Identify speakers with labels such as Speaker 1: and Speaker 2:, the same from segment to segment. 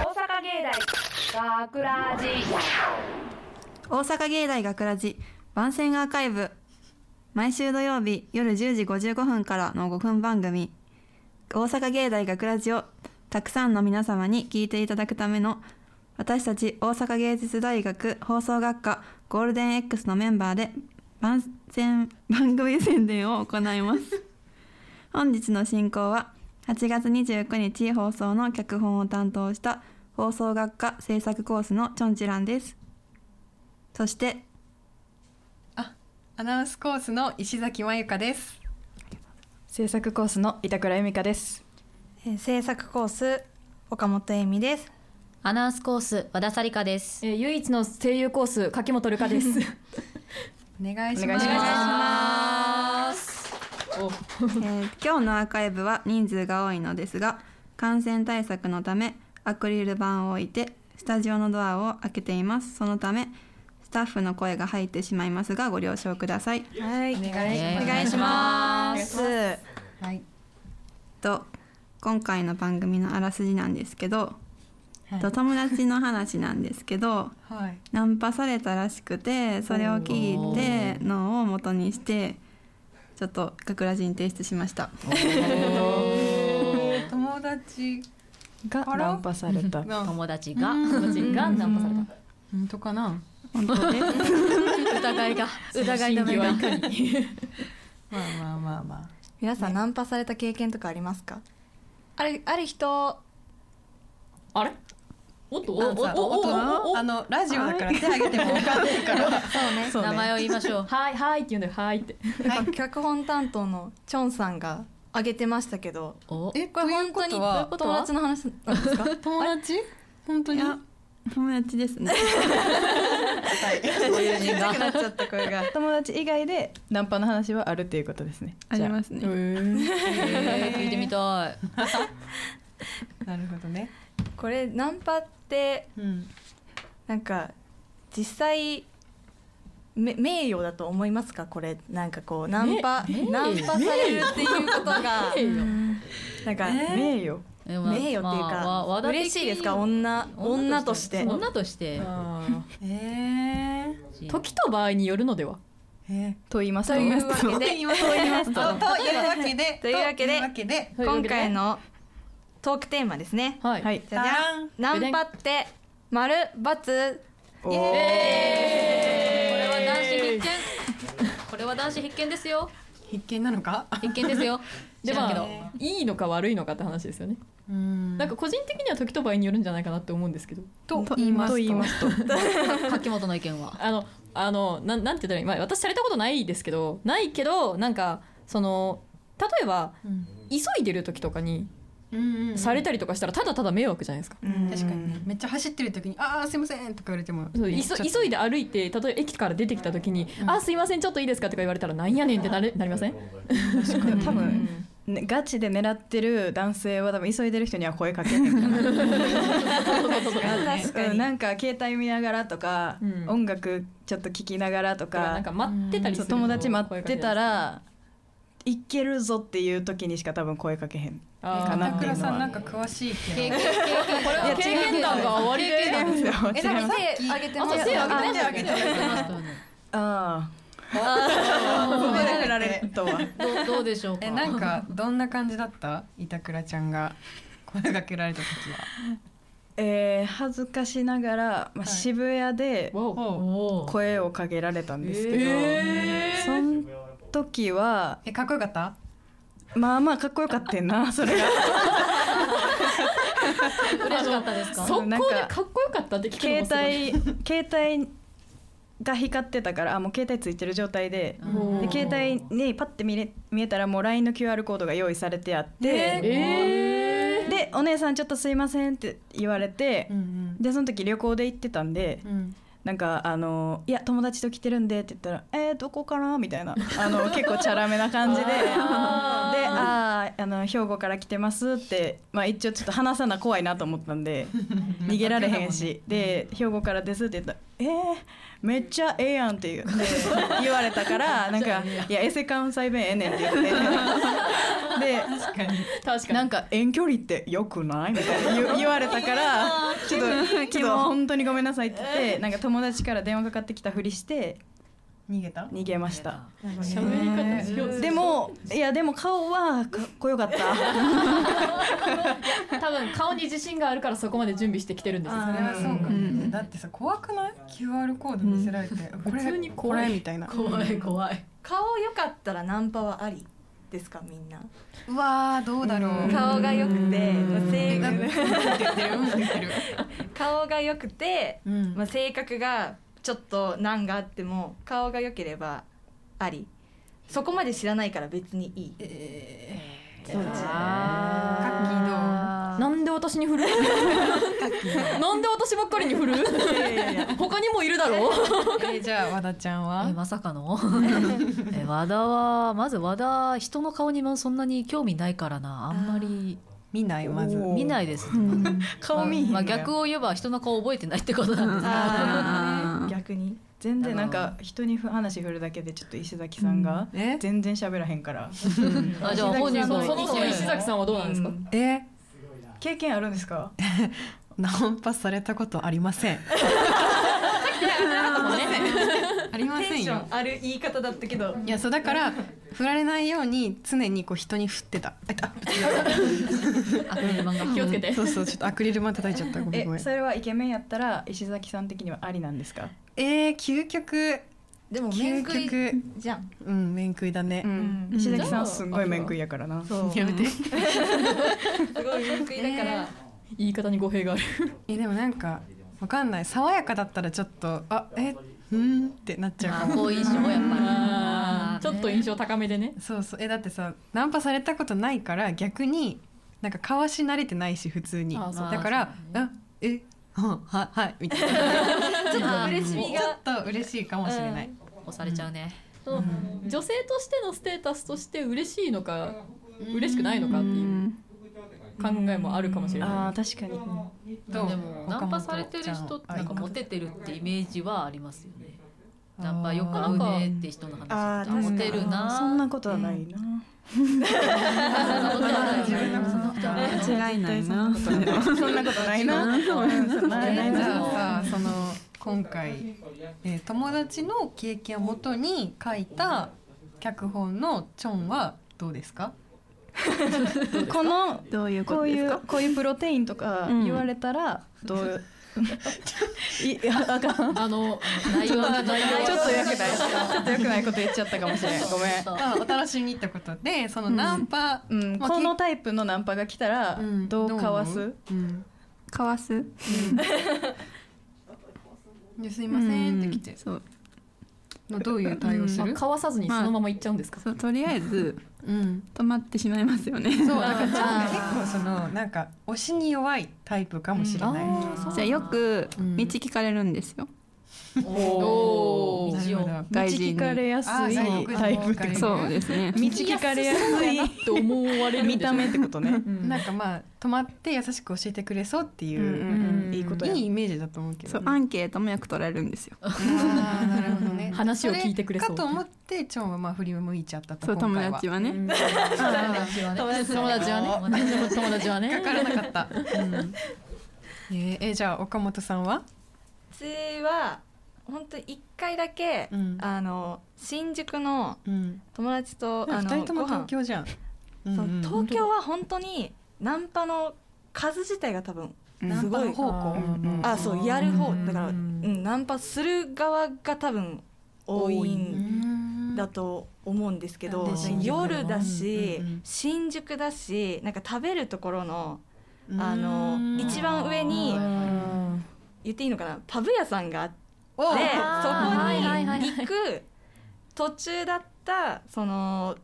Speaker 1: 大学ラジ
Speaker 2: 大阪芸大学ラジ番宣アーカイブ毎週土曜日夜10時55分からの5分番組大阪芸大学ラジをたくさんの皆様に聞いていただくための私たち大阪芸術大学放送学科ゴールデン X のメンバーで番宣番組宣伝を行います 本日の進行は8月29日放送の脚本を担当した放送学科制作コースのチョンチランですそして
Speaker 3: アナウンスコースの石崎まゆかです。
Speaker 4: 制作コースの板倉由美香です。
Speaker 5: えー制作コース岡本恵美です。
Speaker 6: アナウンスコース和田紗理香です。
Speaker 4: えー、唯一の声優コース柿本るか です。
Speaker 3: お願いします。
Speaker 4: お願いし
Speaker 2: えー今日のアーカイブは人数が多いのですが感染対策のためアクリル板を置いてスタジオのドアを開けていますそのためスタッフの声が入ってしまいますがご了承ください
Speaker 5: はい、お
Speaker 3: 願いします
Speaker 5: お願いします。
Speaker 3: はい。
Speaker 2: と今回の番組のあらすじなんですけど、と友達の話なんですけど
Speaker 3: はい。
Speaker 2: ナンパされたらしくてそれを聞いてのを元にしてちょっと学ラジに提出しました
Speaker 3: 友達
Speaker 4: が
Speaker 3: あら
Speaker 4: ナンパされ た。
Speaker 3: が
Speaker 6: 友達が
Speaker 3: うん
Speaker 6: 友達がナンパさ
Speaker 3: 本当かな。
Speaker 2: 本当です
Speaker 6: れた疑いが疑いだめが
Speaker 3: まあまあまあまあ。
Speaker 5: 皆さんナンパされた経験とかありますか？あるある人
Speaker 6: あれおっとお
Speaker 3: あ
Speaker 6: お
Speaker 3: さ
Speaker 6: おおお
Speaker 3: あのラジオだから手挙げてもわかんないから。
Speaker 5: そう
Speaker 6: 名前を言いましょうはいはいって言うんだよはいって
Speaker 5: ね。なんか脚本担当のチョンさんが挙げてましたけど、
Speaker 6: お
Speaker 3: え、
Speaker 5: これ本当に
Speaker 3: ということは
Speaker 5: 友達の話なんですか？
Speaker 3: 友達？本当
Speaker 2: い
Speaker 3: に。
Speaker 2: や友達ですね
Speaker 6: 友人が
Speaker 5: なっちゃった声が。
Speaker 4: 友達以外でナンパの話はあるっていうことですね。
Speaker 2: ありますね
Speaker 4: じゃあうん
Speaker 6: えー聞いてみたい
Speaker 3: なるほどね。
Speaker 5: これナンパって
Speaker 3: うん。
Speaker 5: なんか実際め名誉だと思いますかこれなんかこうナンパ
Speaker 6: 名誉
Speaker 5: ナンパされるっていうことがなんか、
Speaker 4: 名誉。
Speaker 6: 名
Speaker 5: 名誉っていうか、嬉しいですか女女として
Speaker 6: 女として
Speaker 3: ええ
Speaker 6: 時と場合によるのでは
Speaker 3: ー。え
Speaker 4: と言います
Speaker 5: という わけで
Speaker 3: ー。というわけで。
Speaker 5: というわけ
Speaker 3: とい
Speaker 5: で
Speaker 3: うわけで。
Speaker 5: 今回のトークテーマですね
Speaker 6: はい
Speaker 4: はい。
Speaker 5: じゃじゃんナンパって丸バツ
Speaker 4: おー
Speaker 6: これは男子必見これは男子必見ですよ
Speaker 3: 必見なのか？
Speaker 6: 必見 ですよ
Speaker 7: で
Speaker 6: 知らんけど
Speaker 3: ま
Speaker 7: いいのか悪いのかって話ですよね、
Speaker 3: うん
Speaker 7: なんか個人的には時と場合によるんじゃないかなって思うんですけど
Speaker 3: と
Speaker 4: と
Speaker 3: 言います
Speaker 4: と
Speaker 3: と。
Speaker 4: 言いますと。
Speaker 6: 柿本の意見 は
Speaker 7: あのあのなんなんて言ったらいい、まあ、私されたことないですけどないけどなんかその例えば
Speaker 3: うん
Speaker 7: 急いでる時とかに
Speaker 3: うんうん
Speaker 7: されたりとかしたらただただ迷惑じゃないですか、
Speaker 3: 確かにねめっちゃ走ってる時に「ああすいません」とか言われても
Speaker 7: そう
Speaker 3: ね
Speaker 7: い
Speaker 3: ちょ
Speaker 7: そ
Speaker 3: っと
Speaker 7: 急いで歩いて例えば駅から出てきた時に「あすいませんちょっといいですか」とか言われたら「なんやねん」ってなれなりません
Speaker 4: でも多分ねガチで狙ってる男性は多分急いでる人には声かけないから。
Speaker 5: 確か
Speaker 4: うん
Speaker 5: に
Speaker 4: なんか携帯見ながらとか、
Speaker 7: うん
Speaker 4: 音楽ちょっと聞きながらと
Speaker 7: とかな
Speaker 4: か
Speaker 7: んか待ってたりす
Speaker 4: そう
Speaker 7: る
Speaker 4: 友達待ってたら行けるぞっていう時にしか多分声かけへん
Speaker 7: あ
Speaker 4: か
Speaker 7: ー
Speaker 4: な
Speaker 3: 片
Speaker 4: っていうのは
Speaker 3: 倉さんなんか詳しいけ
Speaker 6: 経
Speaker 3: ど
Speaker 6: 験これは
Speaker 7: 経験談が終わりで
Speaker 4: 違いますよ
Speaker 5: え
Speaker 4: 違い
Speaker 5: なん
Speaker 4: ま
Speaker 5: か
Speaker 4: す
Speaker 5: 手挙げて
Speaker 7: あ
Speaker 5: ま
Speaker 7: そう
Speaker 5: す
Speaker 7: 手挙げてま
Speaker 3: 手
Speaker 7: した
Speaker 3: 挙げ
Speaker 7: け
Speaker 3: てま
Speaker 7: ど
Speaker 3: し
Speaker 4: あ
Speaker 3: 褒められら
Speaker 4: あ
Speaker 3: れ
Speaker 4: と は
Speaker 6: どうどうでしょうか
Speaker 3: えなんかどんな感じだった板倉ちゃんが声かけられた時
Speaker 4: えー恥ずかしながら、まあ
Speaker 3: い
Speaker 4: 渋谷で
Speaker 7: わお
Speaker 3: はおう
Speaker 6: おー
Speaker 4: 声をかけられたんですけど、その時は
Speaker 3: えかっこよかった
Speaker 4: まあまあかっこよかったん なそれが
Speaker 6: 嬉しかったですか
Speaker 7: 速攻でかっこよかったって聞くの
Speaker 4: 携
Speaker 7: もすごい
Speaker 4: 帯携帯が光ってたからあもう携帯ついてる状態で
Speaker 6: うん
Speaker 4: で携帯にパッて見れ見えたらもう LINE の QR コードが用意されてあって、
Speaker 7: えー
Speaker 4: で「お姉さんちょっとすいません」って言われて、
Speaker 3: ん
Speaker 4: でその時旅行で行ってたんで、
Speaker 3: うん
Speaker 4: なんかあの「いや友達と来 てるんで」って言ったら「えー、どこかな?」みたいなあの結構チャラめな感じでで「
Speaker 7: あーあ
Speaker 4: あーあの兵庫から来てますって、まあ、一応ちょっと話さな怖いなと思ったん で逃げられへんしで兵庫からですって言ったら「えー、めっちゃええやん」って言 うで言われたからなんか「いやエセ関西弁ええねん」って言 ってで
Speaker 3: 確かに
Speaker 7: ー確かに
Speaker 4: なんか遠距離ってよくないみたいな言言われたからちょっとちょっと本当にごめんなさいって言ってなんか友達から電話かかってきたふりして
Speaker 3: 逃げた
Speaker 4: 逃げました。
Speaker 7: 喋り方上手
Speaker 4: でもいやでも顔はかっこよかった。
Speaker 7: 多分顔に自信があるからそこまで準備してきてるんですよ
Speaker 3: それはそう
Speaker 2: う
Speaker 3: か、
Speaker 2: ん
Speaker 3: だってさ怖くない QR コード見せられて、これ
Speaker 7: 普通に怖い
Speaker 3: これみたいな
Speaker 6: 怖い怖い
Speaker 5: 顔良かったらナンパはありですかみんな
Speaker 3: うわーどうだろう、
Speaker 4: ん
Speaker 5: 顔が良くて、まあ性
Speaker 3: うんって
Speaker 5: 格
Speaker 3: 言ってるうんって言ってる
Speaker 5: 顔が良くて、
Speaker 3: うん
Speaker 5: まあ、性格がちょっと難があっても顔が良ければありそこまで知らないから別にいい、そうですね
Speaker 3: あ
Speaker 7: なんで私に振るなんで私ばっかりに振る他にもいるだろう
Speaker 3: えじゃあ和田ちゃん
Speaker 6: え
Speaker 3: は
Speaker 6: まさか のえ和田はまず和田人の顔にもそんなに興味ないからなあんまり
Speaker 3: 見ないまず
Speaker 6: 見ないです
Speaker 4: 顔見えへん
Speaker 6: ま
Speaker 4: の
Speaker 6: あ
Speaker 4: よ
Speaker 6: 逆を言えば人の顔覚えてないってことなんですけ ど
Speaker 2: あー
Speaker 5: 逆に
Speaker 4: 全然なんか人にふ話振るだけでちょっと石崎さんが
Speaker 3: え
Speaker 4: 全然喋らへんから。
Speaker 6: あじゃあ本人
Speaker 7: そ
Speaker 6: の
Speaker 7: うそもそも石崎さんはどうなんですか、
Speaker 4: うん
Speaker 3: え
Speaker 4: 経験あるんですか？
Speaker 3: ナンパされたことありません ありませ
Speaker 5: テン
Speaker 3: ん
Speaker 5: ショ
Speaker 3: よ
Speaker 5: ンある言い方だったけど
Speaker 3: いやそうだから振られないように常にこう人に振ってたああ
Speaker 6: アクリル板が
Speaker 7: 気をつけて
Speaker 3: そうそうちょっとアクリル板叩いちゃったごめん
Speaker 4: え
Speaker 3: ごめん
Speaker 4: それはイケメンやったら石崎さん的にはありなんですか？
Speaker 3: えー、究極
Speaker 5: でも面
Speaker 3: 究
Speaker 5: 食い
Speaker 3: 極
Speaker 5: じゃん
Speaker 3: うん面食いだね、
Speaker 4: うん石崎さんすんごい面食いやからな。
Speaker 5: そう
Speaker 3: やめて
Speaker 5: すごい面食いだから、
Speaker 7: 言い方に語弊がある
Speaker 3: えでもなんかわかんない爽やかだったらちょっとあえうんってなっちゃうか
Speaker 6: あ
Speaker 3: も
Speaker 6: 好印象やっぱり
Speaker 7: ちょっと印象高めでね
Speaker 3: そうそうえだってさナンパされたことないから逆になんかかわし慣れてないし普通に
Speaker 7: あそう
Speaker 3: だから「あえはははい」みたいな
Speaker 6: ちょっと
Speaker 5: 嬉しみ
Speaker 3: ちょ
Speaker 5: が
Speaker 3: っと嬉しいかもしれない、
Speaker 6: 押されちゃうね
Speaker 7: そう女性としてのステータスとして嬉しいのか嬉しくないのかっていう考えもあるかもしれ
Speaker 4: あ
Speaker 7: な
Speaker 4: あ確かに。
Speaker 6: で
Speaker 3: どう
Speaker 6: もナンパされてる人ってなんかモテてるってイメージはありますよねナンパよく会うねって人の話ってモテるな
Speaker 4: そんなことはないな。
Speaker 6: そんなことはない
Speaker 3: 自分のことはない
Speaker 2: 間違いないなそれは
Speaker 4: そんなことないな。
Speaker 3: え
Speaker 6: ない
Speaker 3: じゃあさその今回、えー友達の経験をもとに書いた脚本のチョンはどうですか
Speaker 4: この
Speaker 2: どういうこ
Speaker 4: ことう
Speaker 2: で
Speaker 4: い
Speaker 2: す
Speaker 4: う
Speaker 2: か
Speaker 4: こういうプロテインとか言われたらどう、いやあかん
Speaker 7: あの
Speaker 6: 内容が内容
Speaker 4: ちょっと良くないちょっと良くないこと言っちゃったかもしれんごめん
Speaker 3: まあお楽しみってことでそのナンパ、
Speaker 4: うん、
Speaker 3: まあ
Speaker 4: このタイプのナンパが来たら
Speaker 3: うん
Speaker 4: どうかわ
Speaker 3: ど
Speaker 4: す
Speaker 3: う、思ううん
Speaker 2: かわす
Speaker 3: ですいませんって来て、
Speaker 2: そう
Speaker 3: のどういう対応する、
Speaker 7: かわさずにそのまま行っちゃうんですか、
Speaker 2: そうとりあえず
Speaker 3: うん
Speaker 2: 止まってしまいますよね
Speaker 3: そうだからちょっと結構そのなんか推しに弱いタイプかもしれない、
Speaker 7: ー
Speaker 2: じゃあよく道
Speaker 3: うん
Speaker 2: 聞かれるんですよ、
Speaker 6: お
Speaker 3: なる
Speaker 6: ー一
Speaker 3: ほ
Speaker 6: 応
Speaker 3: ど
Speaker 4: 道
Speaker 2: 外人に
Speaker 4: 聞かれやす
Speaker 3: あ
Speaker 4: い
Speaker 3: 外国人
Speaker 4: タイプって
Speaker 3: う
Speaker 4: こ
Speaker 3: ん
Speaker 4: と
Speaker 2: そうですね
Speaker 4: 道聞かれやすい
Speaker 7: って思われるん
Speaker 4: 見
Speaker 7: でしょ
Speaker 4: た目ってことね、
Speaker 7: うん
Speaker 3: なんかまあ止まって優しく教えてくれそうっていうう、
Speaker 4: んうんうん、いいことや
Speaker 3: いいイメージだと思うけど
Speaker 2: そうアンケートもよく取られるんですよ
Speaker 3: あーなるほどね
Speaker 7: 話を聞いてくれそう
Speaker 3: れかと思ってチョンはまあ振り向いちゃったと
Speaker 2: そう友
Speaker 3: 今回は
Speaker 2: 達はね、
Speaker 6: 友達
Speaker 7: 友達はね友達は
Speaker 3: か
Speaker 7: ね
Speaker 3: からなかった、うんえーえーじゃあ岡本さんは、
Speaker 5: 普通は本当一回だけ、
Speaker 3: うん
Speaker 5: あの新宿の
Speaker 3: うん、
Speaker 5: 友達とあ
Speaker 3: 2
Speaker 5: の
Speaker 3: 人とも
Speaker 5: ご飯
Speaker 3: 東京じゃん、うん
Speaker 5: そううん東京は本当にナンパの数自体が多分
Speaker 3: ナ
Speaker 5: す
Speaker 3: ンパ
Speaker 5: ごい、
Speaker 3: の方向
Speaker 2: うん
Speaker 5: あそうやる方だから、う
Speaker 7: うん
Speaker 5: ん、ナンパする側が多分多いんだ
Speaker 3: だ
Speaker 5: と思うんですけど、
Speaker 3: で新宿は
Speaker 5: 夜だし、
Speaker 3: うんうんうん
Speaker 5: 新宿だしなんか食べるところのあの一番上に言っていいのかなパブ屋さんがあってそこに行く途中だったその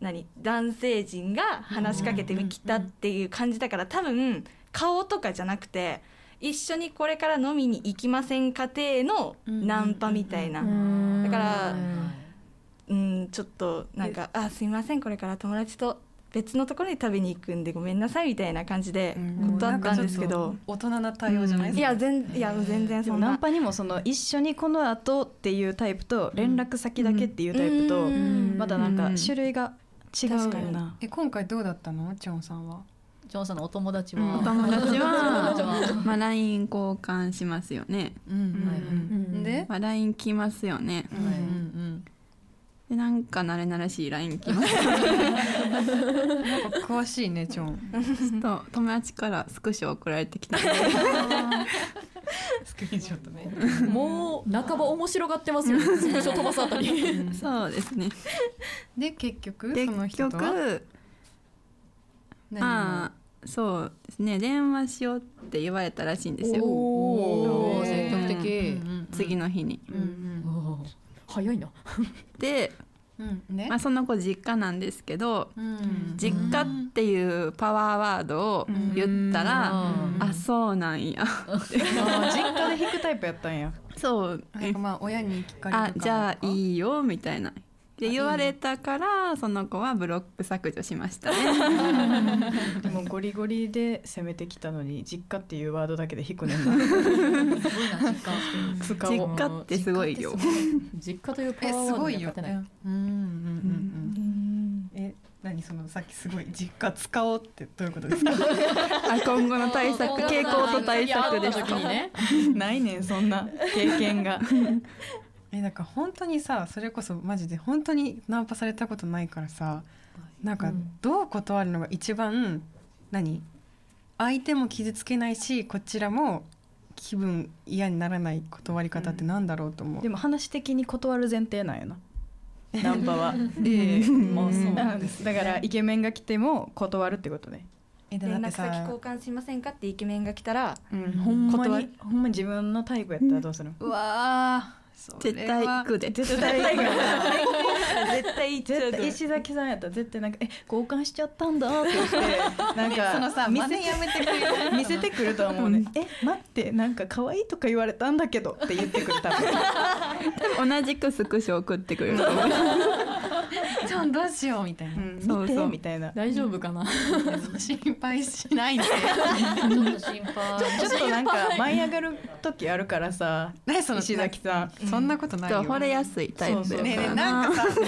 Speaker 5: 何男性陣が話しかけてきたっていう感じだから多分顔とかじゃなくて一緒にこれから飲みに行きませんか程のナンパみたいな。だからうん、ちょっとなんか「あすいませんこれから友達と別のところに食べに行くんでごめんなさいみたいな感じで
Speaker 3: うん
Speaker 5: 断ったんですけど、
Speaker 3: 大人な対応じゃない
Speaker 5: いや全いやもう全然
Speaker 4: で
Speaker 5: そ
Speaker 4: も
Speaker 5: ん
Speaker 4: ナン
Speaker 5: な
Speaker 4: パにもその一緒にこの後っていうタイプと連絡先だけっていうタイプと
Speaker 5: うん
Speaker 4: まだなんか種類が違うよ
Speaker 5: 確か
Speaker 4: な。
Speaker 3: え今回どうだったのチョンさんは
Speaker 6: ジョンさんのお友達
Speaker 3: うん
Speaker 6: は、
Speaker 2: お友達
Speaker 6: 友達
Speaker 2: は
Speaker 6: は
Speaker 2: まあ LINE 交換しますよね
Speaker 3: うんうんで
Speaker 2: まあ LINE 来ますよね
Speaker 3: うんうん
Speaker 2: でなんか慣れ慣れしい LINE 来ます
Speaker 3: うんなんか詳しいねチョン
Speaker 2: と友達からスクショ送られてきたんで
Speaker 6: スクリーンショットね。
Speaker 7: もう半ば面白がってますよねスクショ飛ばすあたり
Speaker 2: そうですね
Speaker 3: で結局
Speaker 2: で
Speaker 3: その
Speaker 2: 結
Speaker 3: 人とは
Speaker 2: 局ああそうですね電話しようって言われたらしいんですよ
Speaker 7: お
Speaker 6: お
Speaker 7: ー
Speaker 6: お、積極
Speaker 3: 何
Speaker 6: 的
Speaker 3: も。うんうん
Speaker 2: 次の日に。
Speaker 3: うん
Speaker 6: おー
Speaker 7: 早いな
Speaker 2: で、
Speaker 3: うんうんで
Speaker 2: まあ、その子実家なんですけど
Speaker 3: うん
Speaker 2: 実 家っていうパワーワードを言ったら「あそうなんや
Speaker 4: あー実家で引くタイプやったんや。」
Speaker 2: そう
Speaker 3: なんかまあ親に
Speaker 2: 「
Speaker 3: 聞かれる
Speaker 2: あじゃあ
Speaker 3: い
Speaker 2: いいよ」みたいな。で言われたからその子はブロック削除しましたね。
Speaker 4: でもゴリゴリで攻めてきたのに実家っていうワードだけで引くねんな。
Speaker 6: すごいな、実感してる。
Speaker 4: 使おう
Speaker 2: 実家ってすごいよ。
Speaker 7: 実家というパ
Speaker 3: え
Speaker 7: ワー
Speaker 3: す
Speaker 7: ワード
Speaker 3: ご
Speaker 7: に
Speaker 3: いよ
Speaker 7: 勝てない
Speaker 3: うんうんうんうんえ何そのさっきすごい実家使おうってどういうことです か
Speaker 2: あ今後の対策傾向と対策です
Speaker 7: いや会った時に
Speaker 2: か。
Speaker 7: ね
Speaker 4: ないねんそんな経験が。
Speaker 3: えなんか本当にさそれこそマジで本当にナンパされたことないからさなんかどう断るのが一番何相手も傷つけないしこちらも気分嫌にならない断り方ってなんだろうと思う、
Speaker 4: でも話的に断る前提なんやな。ナンパは。
Speaker 3: え
Speaker 7: まあそう
Speaker 4: なんですだからイケメンが来ても断るってことね。
Speaker 3: えだ
Speaker 5: 連
Speaker 3: って
Speaker 5: 絡
Speaker 3: さ
Speaker 5: 先交換しませんかってイケメンが来たら
Speaker 4: うん、ほんま
Speaker 5: 断
Speaker 4: にほんまに自分のタイプやったらどうするの、
Speaker 3: うわー
Speaker 2: 絶対行くで。
Speaker 4: 絶対行くよ絶対行っちゃうと石崎さんやったら絶対なんか「え交換しちゃったんだ」って言ってなんか
Speaker 3: そのさ
Speaker 4: 見
Speaker 3: 真
Speaker 4: せ
Speaker 3: 似やめてくれる
Speaker 4: 見せてくると思うね「え待ってなんか可愛いとか言われたんだけど」って言ってくる多分
Speaker 2: 同じくスクショ送ってくれると思う。
Speaker 3: ちゃんどうしようみたい
Speaker 4: 「う
Speaker 3: な、
Speaker 4: ん
Speaker 2: そう
Speaker 4: 見
Speaker 2: そ
Speaker 4: て」
Speaker 2: う
Speaker 4: みたいな
Speaker 7: 大丈夫かな
Speaker 3: 心配しないで
Speaker 6: ちょっと心配。
Speaker 4: ちょっとなんか舞い上がる時あるからさ
Speaker 3: 何その
Speaker 4: 石崎さん
Speaker 3: そんなことない
Speaker 2: ちょ
Speaker 3: よ
Speaker 2: っと惚れやすいタイプ
Speaker 4: そ
Speaker 2: や
Speaker 4: うそう
Speaker 3: ねえ
Speaker 2: か
Speaker 3: ねえ
Speaker 2: らな。
Speaker 3: なんかさ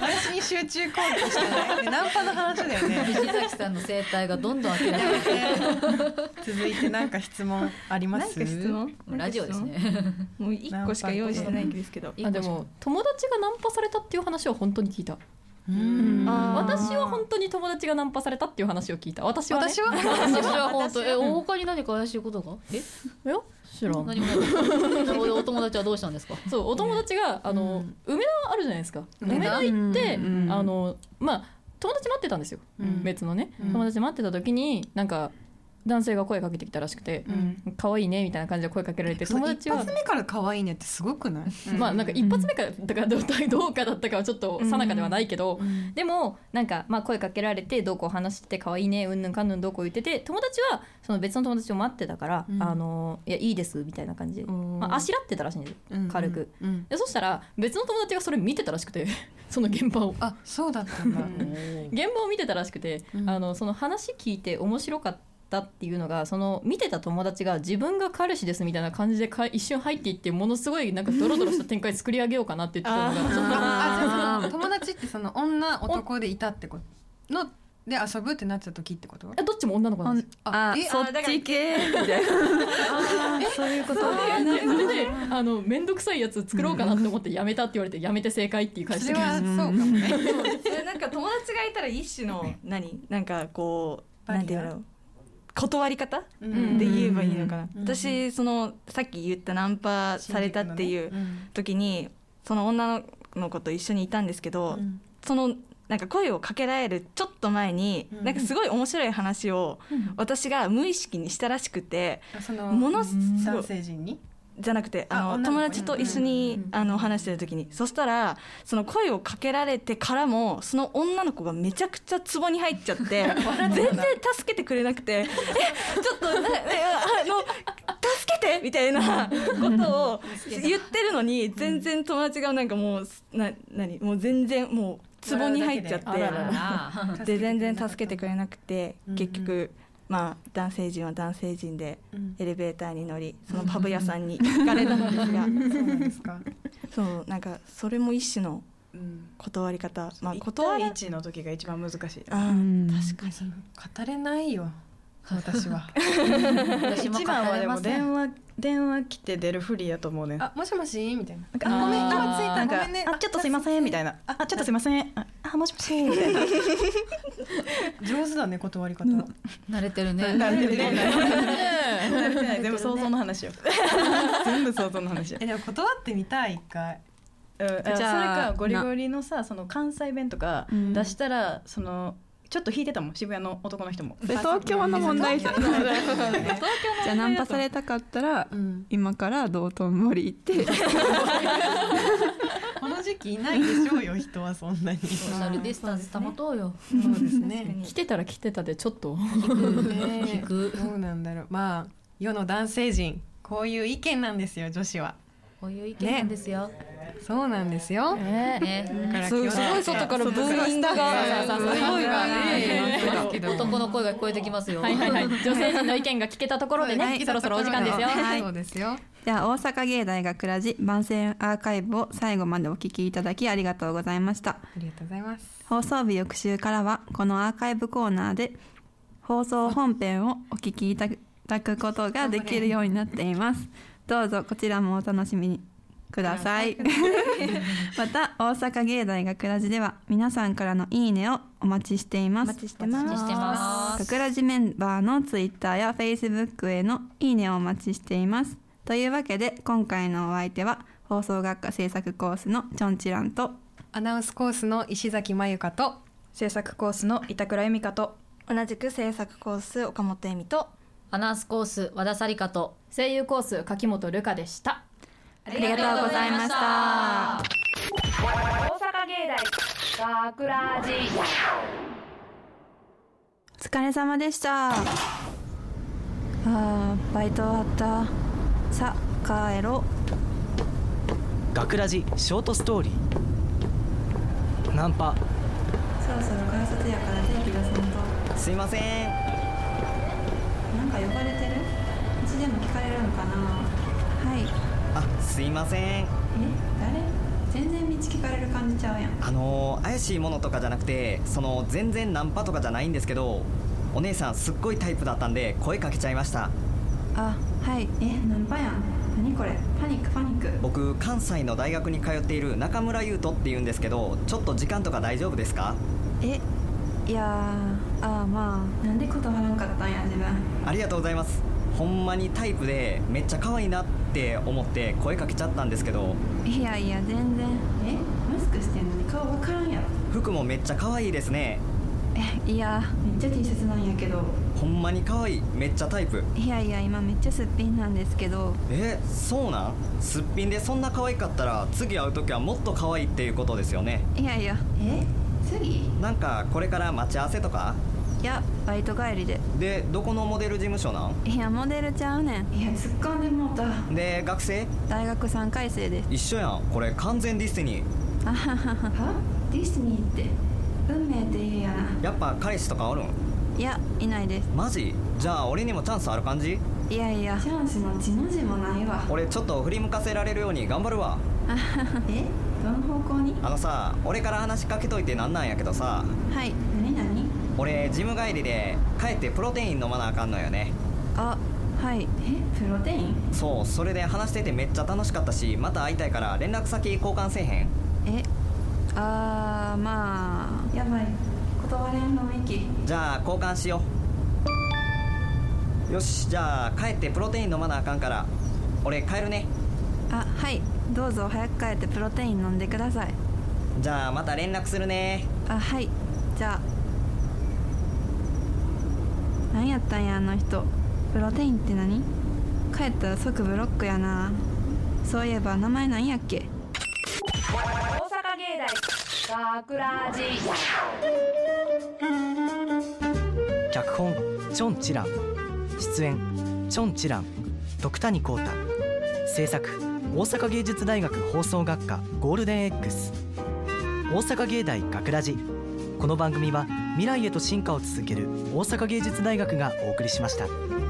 Speaker 3: 話に集中攻撃して ない、ね、ナンパの話だよね
Speaker 6: 石崎さんの生態がどんどん明らかになって
Speaker 3: 続いてなんか質問あります
Speaker 5: なんか質問
Speaker 6: くるラジオですね。
Speaker 5: もう一個しか用意してないんですけど
Speaker 7: あでも友達がナンパされたっていう話は本当に聞いた
Speaker 3: うん
Speaker 5: あー
Speaker 7: 私は本当に友達がナンパされたっていう話を聞いた私はね
Speaker 3: 私は
Speaker 6: 私は本当、え、他に何か怪しいことが。え、
Speaker 7: え知らん
Speaker 6: 何もない。なるほ どお友達はどうしたんですか。
Speaker 7: そうお友達があの、梅田あるじゃないですか
Speaker 3: 梅
Speaker 7: 梅
Speaker 3: 田
Speaker 7: 田行って、
Speaker 2: うんうん
Speaker 7: あのまあ友達待ってたんですよ、
Speaker 3: うん
Speaker 7: 別のね、
Speaker 3: うん
Speaker 7: 友達待ってた時になんか男性が声かけてきたらしくて
Speaker 3: うん
Speaker 7: 「可愛いね」みたいな感じで声かけられて
Speaker 3: その
Speaker 7: 友達は
Speaker 3: 一発。目から可愛いねってすごくない、
Speaker 7: まあなんか一発目からだからどうどうかだったかはちょっと定かではないけど、でもなんかまあ声かけられてどうこう話してて可愛いねうんぬんかんぬんどうこう言ってて友達はその別の友達を待ってたから「
Speaker 3: うん
Speaker 7: あのいやいいです」みたいな感じで、まああしらってたらしいんですよ
Speaker 3: うん
Speaker 7: 軽く、
Speaker 3: うん
Speaker 7: でそしたら別の友達がそれ見てたらし くてその現場を
Speaker 3: あそうだったんだ、
Speaker 7: 現場を見てたらしくて、
Speaker 3: うん
Speaker 7: あのその話聞いて面白かったっていうのがその見てた友達が自分が彼氏ですみたいな感じでか一瞬入っていってものすごいなんかドロドロした展開作り上げようかなって言ってたのがちょっ
Speaker 3: あじゃ
Speaker 7: と
Speaker 3: あ
Speaker 2: あ
Speaker 3: その友達ってその女男でいたってことので遊ぶってなってた時ってこと
Speaker 7: えどっちも女の子なんですよ。
Speaker 2: あ
Speaker 3: え
Speaker 2: そっち系みたいな。
Speaker 7: でそれであの面倒くさいやつ作ろうかなって思ってやめたって言われてやめて正解っていう返
Speaker 3: そ
Speaker 7: し
Speaker 3: れ
Speaker 7: てきま
Speaker 3: は
Speaker 7: し
Speaker 3: そうかもね
Speaker 5: それなんか友達がいたら一種の何なんかこう
Speaker 3: バリア
Speaker 5: なんていうの断り方
Speaker 3: う
Speaker 5: で言えばいいのかな、
Speaker 3: うん
Speaker 5: 私そのさっき言ったナンパされたっていう
Speaker 3: うん
Speaker 5: 時に、その女の子と一緒にいたんですけど、
Speaker 3: うん
Speaker 5: そのなんか声をかけられるちょっと前に、
Speaker 3: うん
Speaker 5: なんかすごい面白い話を私が無意識にしたらしくて
Speaker 3: あその
Speaker 5: ものすごい
Speaker 3: 男性陣に
Speaker 5: じゃなくてあの
Speaker 3: あ女の
Speaker 5: 友
Speaker 3: 子ね
Speaker 5: 達と一緒に、あの話してる時にそしたらその声をかけられてからもその女の子がめちゃくちゃツボに入っちゃって全然助けてくれなくてえちょっとなえあの助けてみたいなことを言ってるのに全然友達がなんかもうな何もう全然もう。壺に入っちゃっ
Speaker 6: あらら
Speaker 5: て
Speaker 6: ら
Speaker 5: で全然助けてくれなくて
Speaker 3: うんうん
Speaker 5: 結局まあ男性陣は男性陣で
Speaker 3: うん
Speaker 5: エレベーターに乗りそのパブ屋さんに行かれたんですが
Speaker 3: そうなんですか。
Speaker 5: そうなんかそれも一種の
Speaker 4: うん
Speaker 5: 断り方まあ
Speaker 4: 一
Speaker 5: 断
Speaker 4: 対
Speaker 5: ら
Speaker 4: 一の時が一番難しいです
Speaker 5: あ
Speaker 2: う
Speaker 5: ー
Speaker 2: ん
Speaker 3: 確かに語れないよ。私 は。
Speaker 6: 私も
Speaker 4: 一
Speaker 6: 語
Speaker 4: 番は
Speaker 6: れ
Speaker 4: で
Speaker 6: ま
Speaker 4: も
Speaker 6: せん
Speaker 4: 電話電話来て出るふりやと思うねん
Speaker 3: あもしもしみたいな。
Speaker 4: あごめん、
Speaker 7: あー
Speaker 4: 今着いた
Speaker 3: なん
Speaker 4: ん
Speaker 3: か
Speaker 4: か、あ、ちょっとすいませんみたいな、あ、ちょっとすいません、あ、あもしもしみたいな。
Speaker 3: 上手だね断り方。
Speaker 6: 慣れてるね
Speaker 4: 慣れてるね慣れて ない全部想像の話よ。全部想像の話よ。
Speaker 3: えでも断ってみたい一回。
Speaker 4: うん、じゃあそれ
Speaker 7: ゃあ
Speaker 4: かゴリゴリのさ、その関西弁とか
Speaker 2: うん
Speaker 4: 出したら、その。ちょっと引いてたもん、渋谷の男の人も。
Speaker 8: で東京の問題じゃあナンパされたかったら
Speaker 3: うん。
Speaker 8: 今から道頓堀行 って
Speaker 3: この時期いないでしょうよ人はそんなに。
Speaker 6: ソーシャルディスタンス保とうよ
Speaker 3: そうです
Speaker 5: 確か
Speaker 3: ね。
Speaker 5: に
Speaker 7: 来てたら来てたでちょっと
Speaker 3: ね
Speaker 6: 聞く
Speaker 3: どうなんだろう。まあ世の男性陣こういう意見なんですよ女子は。
Speaker 6: こういう意見なんですよ
Speaker 3: そうなんですよ。
Speaker 6: ね
Speaker 3: だから
Speaker 5: そう
Speaker 3: 今日は
Speaker 5: すごい外からブーイングが
Speaker 3: そうそうそう
Speaker 5: すごいわ
Speaker 3: ね
Speaker 6: 男の声が聞こえてきますよ
Speaker 7: はいはいはい、女性陣の意見が聞けたところでね、そろそろお時間ですよ。
Speaker 2: はい
Speaker 3: そうですよ。
Speaker 2: では大阪芸大学ラジ番宣アーカイブを最後までお聞きいただきありがとうございました
Speaker 3: ありがとうございます。
Speaker 2: 放送日翌週からはこのアーカイブコーナーで放送本編をお聞きいただくことができるようになっていますどうぞこちらもお楽しみにください また大阪芸大学ラジでは皆さんからのいいねをお待ちしてい
Speaker 5: お
Speaker 2: ます
Speaker 5: 待ちしてま
Speaker 6: お待ちしてます
Speaker 2: 学ラジメンバーのツイッターやフェイスブックへのいいねをお待ちしていますというわけで今回のお相手は放送学科制作コースのチョンチランと
Speaker 3: アナウンスコースの石崎まゆかと。
Speaker 4: 制作コースの板倉由美香と。
Speaker 5: 同じく制作コース岡本恵美と
Speaker 6: アナウンスコース和田紗理香と
Speaker 7: 声優コース柿本瑠香でした。
Speaker 2: ありがとうございました
Speaker 1: 大阪芸大学ラジ
Speaker 2: お疲れ様でしたあーバイト終わったさあ帰ろ
Speaker 9: 学ラジショートストーリーナンパ
Speaker 2: うそろそろ改札やから電気出さんと
Speaker 9: すいません
Speaker 2: なんか呼ばれてるうちでも聞かれるのかなはい
Speaker 9: あすいません
Speaker 2: え誰全然道聞かれる感じちゃうやん
Speaker 9: あのー怪しいものとかじゃなくてその全然ナンパとかじゃないんですけどお姉さんすっごいタイプだったんで声かけちゃいました
Speaker 2: あはいえナンパやん何これパニックパニック
Speaker 9: 僕関西の大学に通っている中村優斗っていうんですけどちょっと時間とか大丈夫ですか
Speaker 2: えいやーあーまあなんで断らんかったんや自分
Speaker 9: ありがとうございますほんまにタイプでめっちゃ可愛いなって思って声かけちゃったんですけど
Speaker 2: いやいや全然えマスクしてんのに顔わからんやろ
Speaker 9: 服もめっちゃ可愛いですね
Speaker 2: えいやめっちゃ T シャツなんやけど
Speaker 9: ほんまに可愛いめっちゃタイプ
Speaker 2: いやいや今めっちゃすっぴんなんですけど
Speaker 9: えそうなんすっぴんでそんな可愛かったら次会う時はもっと可愛いっていうことですよね
Speaker 2: いやいやえ次い
Speaker 9: なんかこれから待ち合わせとか
Speaker 2: やバイト帰りで
Speaker 9: でどこのモデル事務所ない
Speaker 2: やモデルちゃうねんいや突っ込んでもうた
Speaker 9: んで学生
Speaker 2: 大学3回生です
Speaker 9: 一緒やんこれ完全ディスティニー
Speaker 2: あはははディズニーって運命って言うやな
Speaker 9: やっぱ彼氏とかおるん
Speaker 2: いやいないです
Speaker 9: マジじゃあ俺にもチャンスある感じ
Speaker 2: いやいやチャンスの字の字もないわ
Speaker 9: 俺ちょっと振り向かせられるように頑張るわ
Speaker 2: えどの方向に
Speaker 9: あのさ俺から話しかけといてなんなんやけどさ
Speaker 2: はい何何
Speaker 9: 俺ジム帰りで帰ってプロテイン飲まなあかんのよね
Speaker 2: あはいえプロテイン
Speaker 9: そうそれで話しててめっちゃ楽しかったしまた会いたいから連絡先交換せえへん
Speaker 2: えあーまあやばい断れん雰囲気
Speaker 9: じゃあ交換しようよしじゃあ帰ってプロテイン飲まなあかんから俺帰るね
Speaker 2: あはいどうぞ早く帰ってプロテイン飲んでください
Speaker 9: じゃあまた連絡するね
Speaker 2: あはいじゃあ何やったんやあの人プロテインって何帰ったら即ブロックやなそういえば名前なんやっけ
Speaker 1: 大阪芸大学ラジ
Speaker 9: 脚本チョン・チラン出演チョン・チラン徳谷幸太制作大阪芸術大学放送学科ゴールデン X 大阪芸大学ラジこの番組は未来へと進化を続ける大阪芸術大学がお送りしました。